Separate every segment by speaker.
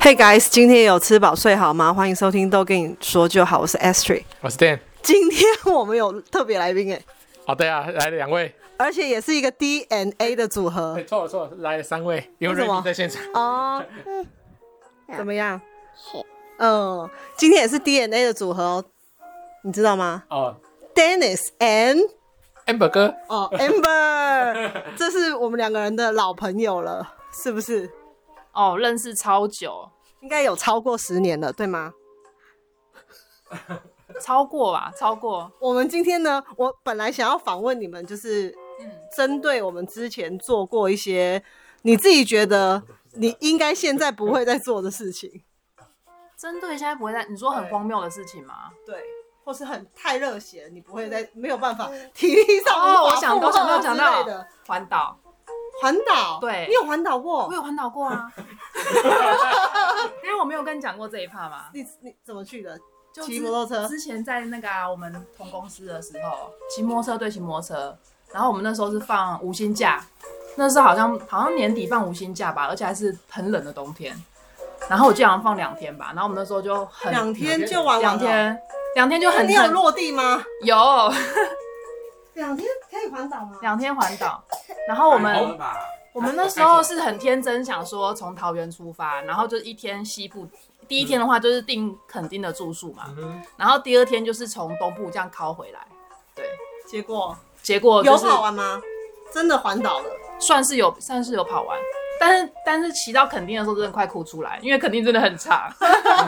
Speaker 1: Hey guys，今天有吃饱睡好吗？欢迎收听都跟你说就好，我是 Astrid。
Speaker 2: 我是 Dan。
Speaker 1: 今天我们有特别来宾哎，
Speaker 2: 哦，对啊，来了两位，
Speaker 1: 而且也是一个 DNA 的组合
Speaker 2: 哎，错了错了，来了三位，因
Speaker 1: 为
Speaker 2: 为
Speaker 1: 什
Speaker 2: 瑞
Speaker 1: 么
Speaker 2: 米在现场。
Speaker 1: 哦。怎么样？
Speaker 3: 是
Speaker 1: 嗯，今天也是 DNA 的组合哦，你知道吗
Speaker 2: 哦
Speaker 1: ？Dennis and
Speaker 2: ，Amber 哥，
Speaker 1: 哦 Amber，这是我们两个人的老朋友了，是不是？
Speaker 3: 哦，认识超久，
Speaker 1: 应该有超过十年了，对吗？
Speaker 3: 超过吧，超过。
Speaker 1: 我们今天呢，我本来想要访问你们，就是针对我们之前做过一些你自己觉得你应该现在不会再做的事情，
Speaker 3: 针对现在不会在你说很荒谬的事情吗？
Speaker 1: 对，或是很太热血，你不会再没有办法体力上无法
Speaker 3: 哦我想
Speaker 1: 负
Speaker 3: 到
Speaker 1: 荷
Speaker 3: 想到想到
Speaker 1: 之类的哦
Speaker 3: 环岛，
Speaker 1: 环岛，
Speaker 3: 对
Speaker 1: 你有环岛过
Speaker 3: 我？有环岛过啊， 因为我没有跟你讲过这一趴嘛。
Speaker 1: 你你怎么去的？
Speaker 3: 就
Speaker 1: 骑
Speaker 3: 之
Speaker 1: 摩托车
Speaker 3: 之前在那个、啊、我们同公司的时候，骑摩托车对骑摩托车，然后我们那时候是放无薪假，那时候好像好像年底放无薪假吧，而且还是很冷的冬天。然后我记得好像放两天吧，然后我们那时候就很
Speaker 1: 两天就玩完
Speaker 3: 两
Speaker 1: 了，哎
Speaker 3: 天两天就很
Speaker 1: 你有
Speaker 3: 很
Speaker 1: 落地吗？
Speaker 3: 有
Speaker 1: 两天可以环岛吗？
Speaker 3: 两天环岛，然后我们
Speaker 4: 吧，
Speaker 3: 我们那时候是很天真，想说从桃园出发，然后就一天西部，第一天的话就是订垦丁的住宿嘛，
Speaker 2: 嗯
Speaker 3: 然后第二天就是从东部这样靠回来，对，
Speaker 1: 结果
Speaker 3: 结果
Speaker 1: 有
Speaker 3: 就是
Speaker 1: 好玩吗？真的环岛了，
Speaker 3: 算是有算是有跑完，但是但是骑到垦丁的时候真的快哭出来，因为垦丁真的很长，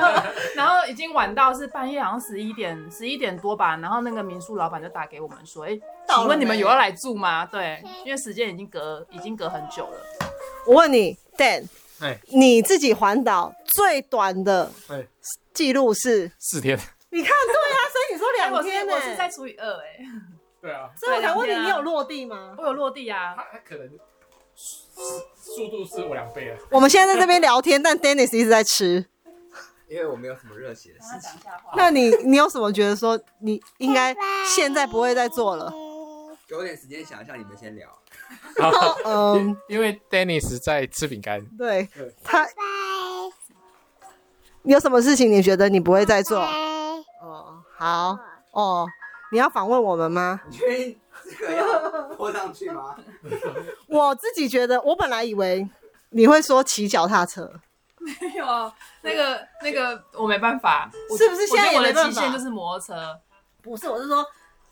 Speaker 3: 然后已经晚到是半夜好像十一点十一点多吧，然后那个民宿老板就打给我们说，哎、
Speaker 1: 到了
Speaker 3: 请问你们
Speaker 1: 没
Speaker 3: 有要来住吗？对，因为时间已经隔已经隔很久了。
Speaker 1: 我问你，Dan，
Speaker 2: 哎
Speaker 1: 你自己环岛最短的
Speaker 2: 哎，
Speaker 1: 记录是？
Speaker 2: 四天。
Speaker 1: 你看，对啊，所以你说两天呢、
Speaker 3: 哎我是我是在除以二哎、
Speaker 2: 对啊，
Speaker 1: 所以我才问你，
Speaker 3: 对两天啊
Speaker 1: 你有落地吗？
Speaker 3: 我有落地啊
Speaker 2: 他，他可能速度是我两倍 了。
Speaker 1: 我们现在在这边聊天，但 Dennis 一直在吃。
Speaker 4: 因为我没有什么热血的事情。
Speaker 3: 下话
Speaker 1: 那你你有什么觉得说你应该现在不会再做了？
Speaker 4: 给我点时间想一下，你们先聊。
Speaker 1: 嗯，
Speaker 2: 因为 Dennis 在吃饼干，
Speaker 1: 对
Speaker 2: 对
Speaker 1: 他，你有什么事情你觉得你不会再做？哦，好，哦，你要访问我们吗？
Speaker 4: 你确定这 个要播上去吗？
Speaker 1: 我自己觉得，我本来以为你会说骑脚踏车，
Speaker 3: 没有啊那个那个我没办法，我
Speaker 1: 是不是现在
Speaker 3: 我觉得
Speaker 1: 也没
Speaker 3: 我的
Speaker 1: 办
Speaker 3: 极
Speaker 1: 法
Speaker 3: 限就是摩托车？
Speaker 1: 不是，我是说，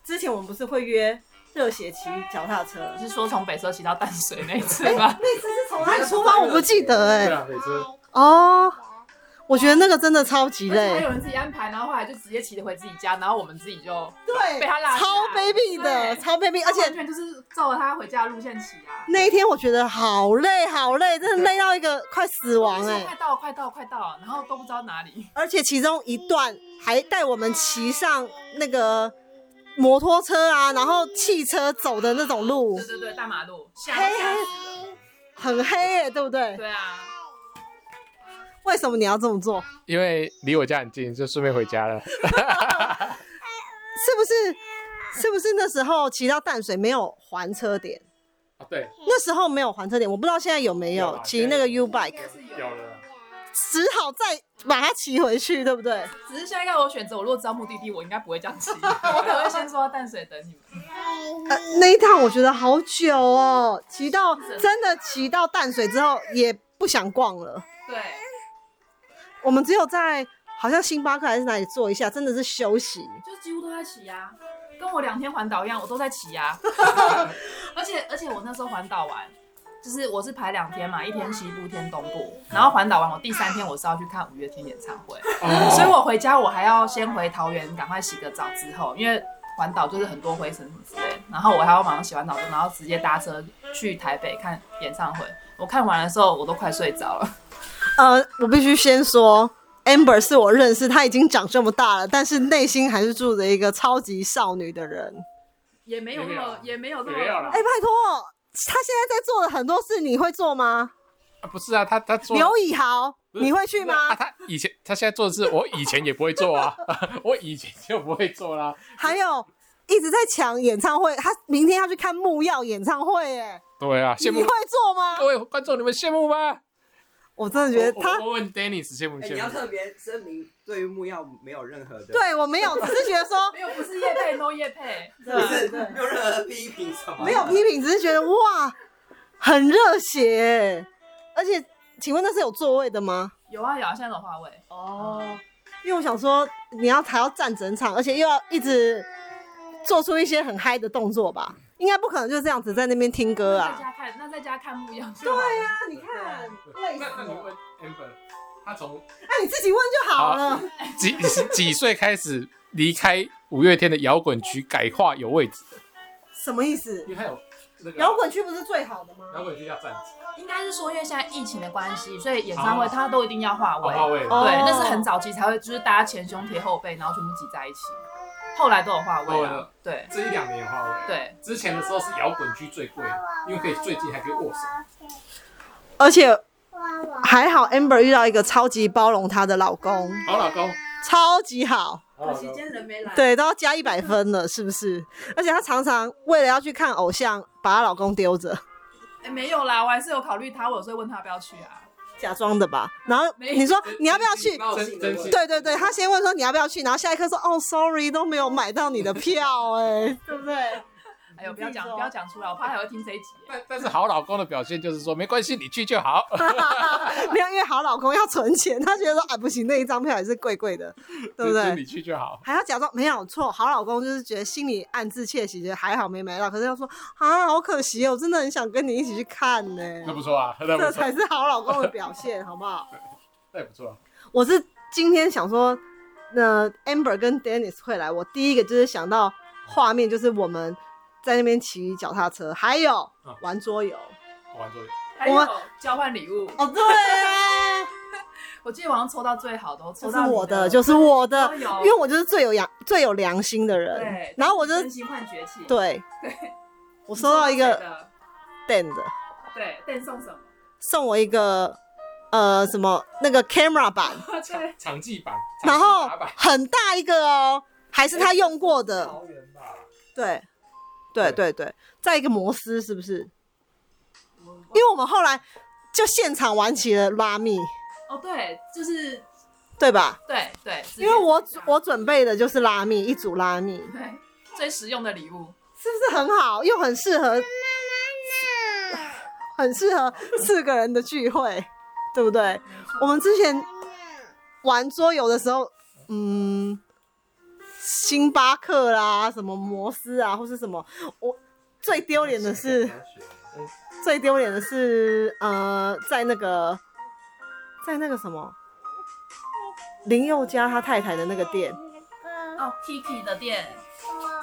Speaker 1: 之前我们不是会约热血骑脚踏车？ 哎
Speaker 3: 你是说从北车骑到淡水那一次吗？
Speaker 1: 那次是从哪里出发？我不记得哎、
Speaker 2: 啊，每次
Speaker 1: 哦，我觉得那个真的欸超级
Speaker 3: 而且还
Speaker 1: 累
Speaker 3: 有，人自己安排，然后后来就直接骑回自己家，然后我们自己就
Speaker 1: 对
Speaker 3: 被他拉下来
Speaker 1: 哎超卑鄙的，
Speaker 3: 对
Speaker 1: 超卑鄙，而
Speaker 3: 完
Speaker 1: 且。
Speaker 3: 全就是照着他回家的路线骑啊。
Speaker 1: 那一天我觉得好累，好累，真的累到一个快死亡哎、
Speaker 3: 就是快到了，快到了，快到了，然后都不知道哪里。
Speaker 1: 而且其中一段还带我们骑上那个摩托车啊，然后汽车走的那种路
Speaker 3: 对，对对，大马路，吓
Speaker 1: 嘿
Speaker 3: 吓死了。
Speaker 1: 很黑哎、对不对？
Speaker 3: 对啊，
Speaker 1: 为什么你要这么做？
Speaker 2: 因为离我家很近，就顺便回家了。
Speaker 1: 是不是？是不是那时候骑到淡水没有还车点？
Speaker 2: 啊，对，
Speaker 1: 那时候没有还车点，我不知道现在有没
Speaker 2: 有
Speaker 1: 有
Speaker 2: 啦
Speaker 1: 骑那个 U bike，
Speaker 3: 是
Speaker 2: 有了。
Speaker 1: 只好再把它骑回去，对不对？
Speaker 3: 只是现在要我选择，我如果知道目的地，我应该不会这样骑，我可能会先说到淡水等你们。
Speaker 1: 呃，那一趟我觉得好久哦，骑到真的骑到淡水之后也不想逛了，
Speaker 3: 对，
Speaker 1: 我们只有在好像星巴克还是哪里坐一下，真的是休息。
Speaker 3: 就几乎都在骑呀、跟我两天环岛一样，我都在骑呀、而且而且我那时候环岛完，就是我是排两天嘛，一天西部，一天东部，然后环岛完，我第三天我是要去看五月天演唱会，所以我回家我还要先回桃园，赶快洗个澡之后，因为。环岛就是很多灰尘什么之类的，然后我还要马上洗完澡之后，然后直接搭车去台北看演唱会。我看完的时候，我都快睡着了。
Speaker 1: 呃，我必须先说，Amber 是我认识，她已经长这么大了，但是内心还是住着一个超级少女的人。
Speaker 3: 也没有那么，也没有那么，
Speaker 2: 没有啦
Speaker 1: 哎、拜托，他现在在做的很多事，你会做吗？
Speaker 2: 啊，不是啊，他他做
Speaker 1: 刘以豪，
Speaker 2: 不是
Speaker 1: 你会去
Speaker 2: 啊，
Speaker 1: 吗？
Speaker 2: 他以前他现在做的事，我以前也不会做啊， 我以前就不会做啦。
Speaker 1: 还有一直在抢演唱会，他明天要去看木曜演唱会，哎，
Speaker 2: 对啊，羡
Speaker 1: 你
Speaker 2: 慕
Speaker 1: 会做吗
Speaker 2: 各？位观众，你们羡慕吗？
Speaker 1: 我真的觉得他
Speaker 2: 我我问 Dennis 谢不
Speaker 4: 哎、
Speaker 2: 谢
Speaker 4: 你要特别声明，对于木曜没有任何的，，
Speaker 1: 对我没有，只是觉得说
Speaker 3: 没有，不是叶配，no 叶配，
Speaker 4: 不
Speaker 1: 对
Speaker 4: 是
Speaker 1: 对
Speaker 4: 没有任何批评什么，
Speaker 1: 没有批评，只是觉得哇，很热血欸，而且请问那是有座位的吗？
Speaker 3: 有啊有啊，现在有话位。
Speaker 1: 哦，因为我想说你要还要站整场，而且又要一直做出一些很嗨的动作吧，应该不可能就这样子在那边听歌
Speaker 3: 在
Speaker 1: 啊。
Speaker 3: 家看，那在家看木曜。
Speaker 1: 对啊，你看累死
Speaker 2: 啊那那你
Speaker 1: 了，
Speaker 2: 问 Amber，他从
Speaker 1: 那你自己问就好了。
Speaker 2: 几几岁开始离开五月天的摇滚区，改化有位置？
Speaker 1: 什么意思
Speaker 2: 因？为他有那个
Speaker 1: 摇滚区不是最好的吗？
Speaker 2: 啊摇滚区要站着，
Speaker 3: 应该是说，因为现在疫情的关系，所以演唱
Speaker 2: 哦
Speaker 3: 会它都一定要化
Speaker 2: 好
Speaker 3: 位。
Speaker 2: 话位。
Speaker 1: 哦
Speaker 3: 对，那是很早期才会，就是大家前胸贴后背，然后全部挤在一起。后来都有化
Speaker 2: 后
Speaker 3: 位
Speaker 2: 来
Speaker 3: 啊
Speaker 2: 的。
Speaker 3: 对
Speaker 2: 这一两年有话位，
Speaker 3: 对，
Speaker 2: 之前的时候是摇滚区最贵的，因为可以最近还可以握手。
Speaker 1: 而且还好，Amber 遇到一个超级包容她的老公，
Speaker 2: 好老公，
Speaker 1: 超级好，
Speaker 2: 好老公，
Speaker 3: 天人没来。
Speaker 1: 对，都要加一百分了，是不是？而且她常常为了要去看偶像，把她老公丢着，
Speaker 3: 哎，没有啦，我还是有考虑他，我所以问他要不要去啊。
Speaker 1: 假装的吧。然后
Speaker 3: 没
Speaker 1: 你说你要不要去？
Speaker 4: 貌性
Speaker 2: 真
Speaker 4: 的
Speaker 2: 真
Speaker 4: 问
Speaker 2: 心
Speaker 4: 题，
Speaker 1: 对对对，他先问说你要不要去，然后下一刻说哦，sorry，都没有买到你的票、哎， 对不对？
Speaker 3: 哎呦，不要讲，
Speaker 1: 你自己说
Speaker 3: 不要讲出来，我怕他还会听这一集。
Speaker 2: 但但是好老公的表现就是说，没关系，你去就好。
Speaker 1: 没有，因为好老公要存钱，他觉得说啊不行，那一张票也是贵贵 的，对不
Speaker 2: 只
Speaker 1: 对
Speaker 2: 是？你去就好。
Speaker 1: 还要假装没有错，好老公就是觉得心里暗自窃喜，觉得还好没买到，可是要说啊，好可惜哦，真的很想跟你一起去看呢、
Speaker 2: 那不错啊，那
Speaker 1: 这
Speaker 2: 不错
Speaker 1: 才，是好老公的表现，好不好？
Speaker 2: 那也不错啊。
Speaker 1: 我是今天想说，那 Amber 跟 Dennis 会来，我第一个就是想到画面，就是我们在那边骑脚踏车，还有
Speaker 2: 嗯
Speaker 1: 玩桌游。
Speaker 2: 我玩桌游，
Speaker 3: 还
Speaker 1: 我
Speaker 3: 有交换礼物，
Speaker 1: 哦，对啊，
Speaker 3: 我记得网上抽到最好的，我
Speaker 1: 就
Speaker 3: 抽
Speaker 1: 是
Speaker 3: 到你
Speaker 1: 我的，就是我的，
Speaker 3: 都有
Speaker 1: 因为我就是最有良最有良心的人。
Speaker 3: 对，
Speaker 1: 然后我就是
Speaker 3: 真心换崛起。，
Speaker 1: 对，我
Speaker 3: 我
Speaker 1: 收到一个
Speaker 3: 的，
Speaker 1: Dan 的。
Speaker 3: 对，但送什 么？
Speaker 1: 送我一个呃什么那个 camera 版，
Speaker 3: 对，
Speaker 2: 场记版，
Speaker 1: 然后
Speaker 2: 场记打版
Speaker 1: 很大一个哦，还是他用过的，
Speaker 2: 桃园吧，
Speaker 1: 对，哎对对
Speaker 2: 对
Speaker 1: 对，再一个摩斯是不是？因为我们后来就现场玩起了拉密，
Speaker 3: 哦，对，就是
Speaker 1: 对吧？
Speaker 3: 对对，
Speaker 1: 因为我
Speaker 3: 直接
Speaker 1: 我准备的就是拉密，一组拉密，
Speaker 3: 对最实用的礼物，
Speaker 1: 是不是很好？又很适合，很适合四个人的聚会，对不对？我们之前玩桌游的时候，嗯，星巴克啦，什么摩斯啊，或是什么，我最丢脸的是， 最丢脸的是，呃，在那个，在那个什么，林宥嘉他太太的那个店，
Speaker 3: 哦，Kiki 的店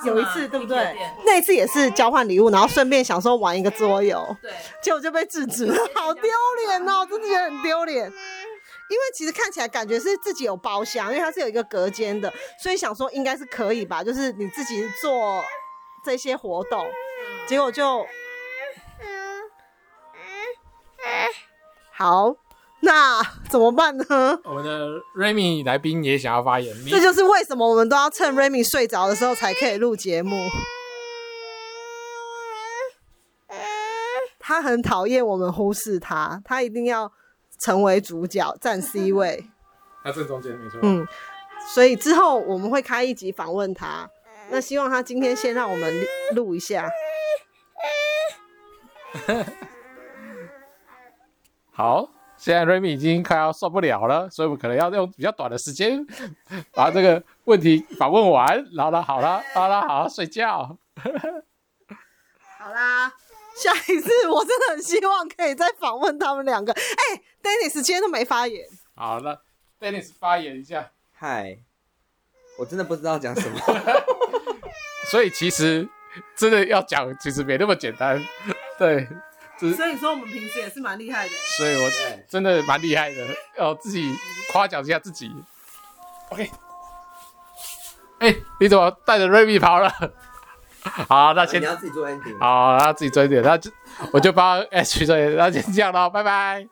Speaker 3: 是吗
Speaker 1: 有一次对不
Speaker 3: Kiki 的
Speaker 1: 对
Speaker 3: 店？
Speaker 1: 啊那一次也是交换礼物，然后顺便想说玩一个桌游，
Speaker 3: 对，
Speaker 1: 结果就被制 止了，好丢脸哦，真的觉得很丢脸。因为其实看起来感觉是自己有包厢，因为它是有一个隔间的，所以想说应该是可以吧，就是你自己做这些活动，结果就好，那怎么办呢？
Speaker 2: 我们的 Remy 来宾也想要发言，你
Speaker 1: 这就是为什么我们都要趁 Remy 睡着的时候才可以录节目。他很讨厌我们忽视他，他一定要成为主角，站 C 位。
Speaker 2: 他正中间没错，
Speaker 1: 嗯，所以之后我们会开一集访问他。那希望他今天先让我们录一下。
Speaker 2: 好。现在 Remy 已经快要受不了了，所以我们可能要用比较短的时间把这个问题访问完。然后呢，好了，好了，好了，睡觉。
Speaker 1: 好啦，下一次我真的很希望可以再访问他们两个。哎、d e n n i s 今天都没发言，
Speaker 2: 好了，Dennis 发言一下。
Speaker 4: 嗨，我真的不知道 讲什么，
Speaker 2: 所以其实真的要讲，其实没那么简单。对，就是
Speaker 1: 以说我们平时也是蛮厉害的。
Speaker 2: 所以我
Speaker 4: 对
Speaker 2: 真的蛮厉害的，要自己夸奖一下自己。OK，哎、你怎么带着瑞米跑了？ 好，那
Speaker 4: 哎
Speaker 2: 先
Speaker 4: 你要自己做 ending。
Speaker 2: 好，那自己追点，那就我就帮 H 追，那先这样咯，拜拜。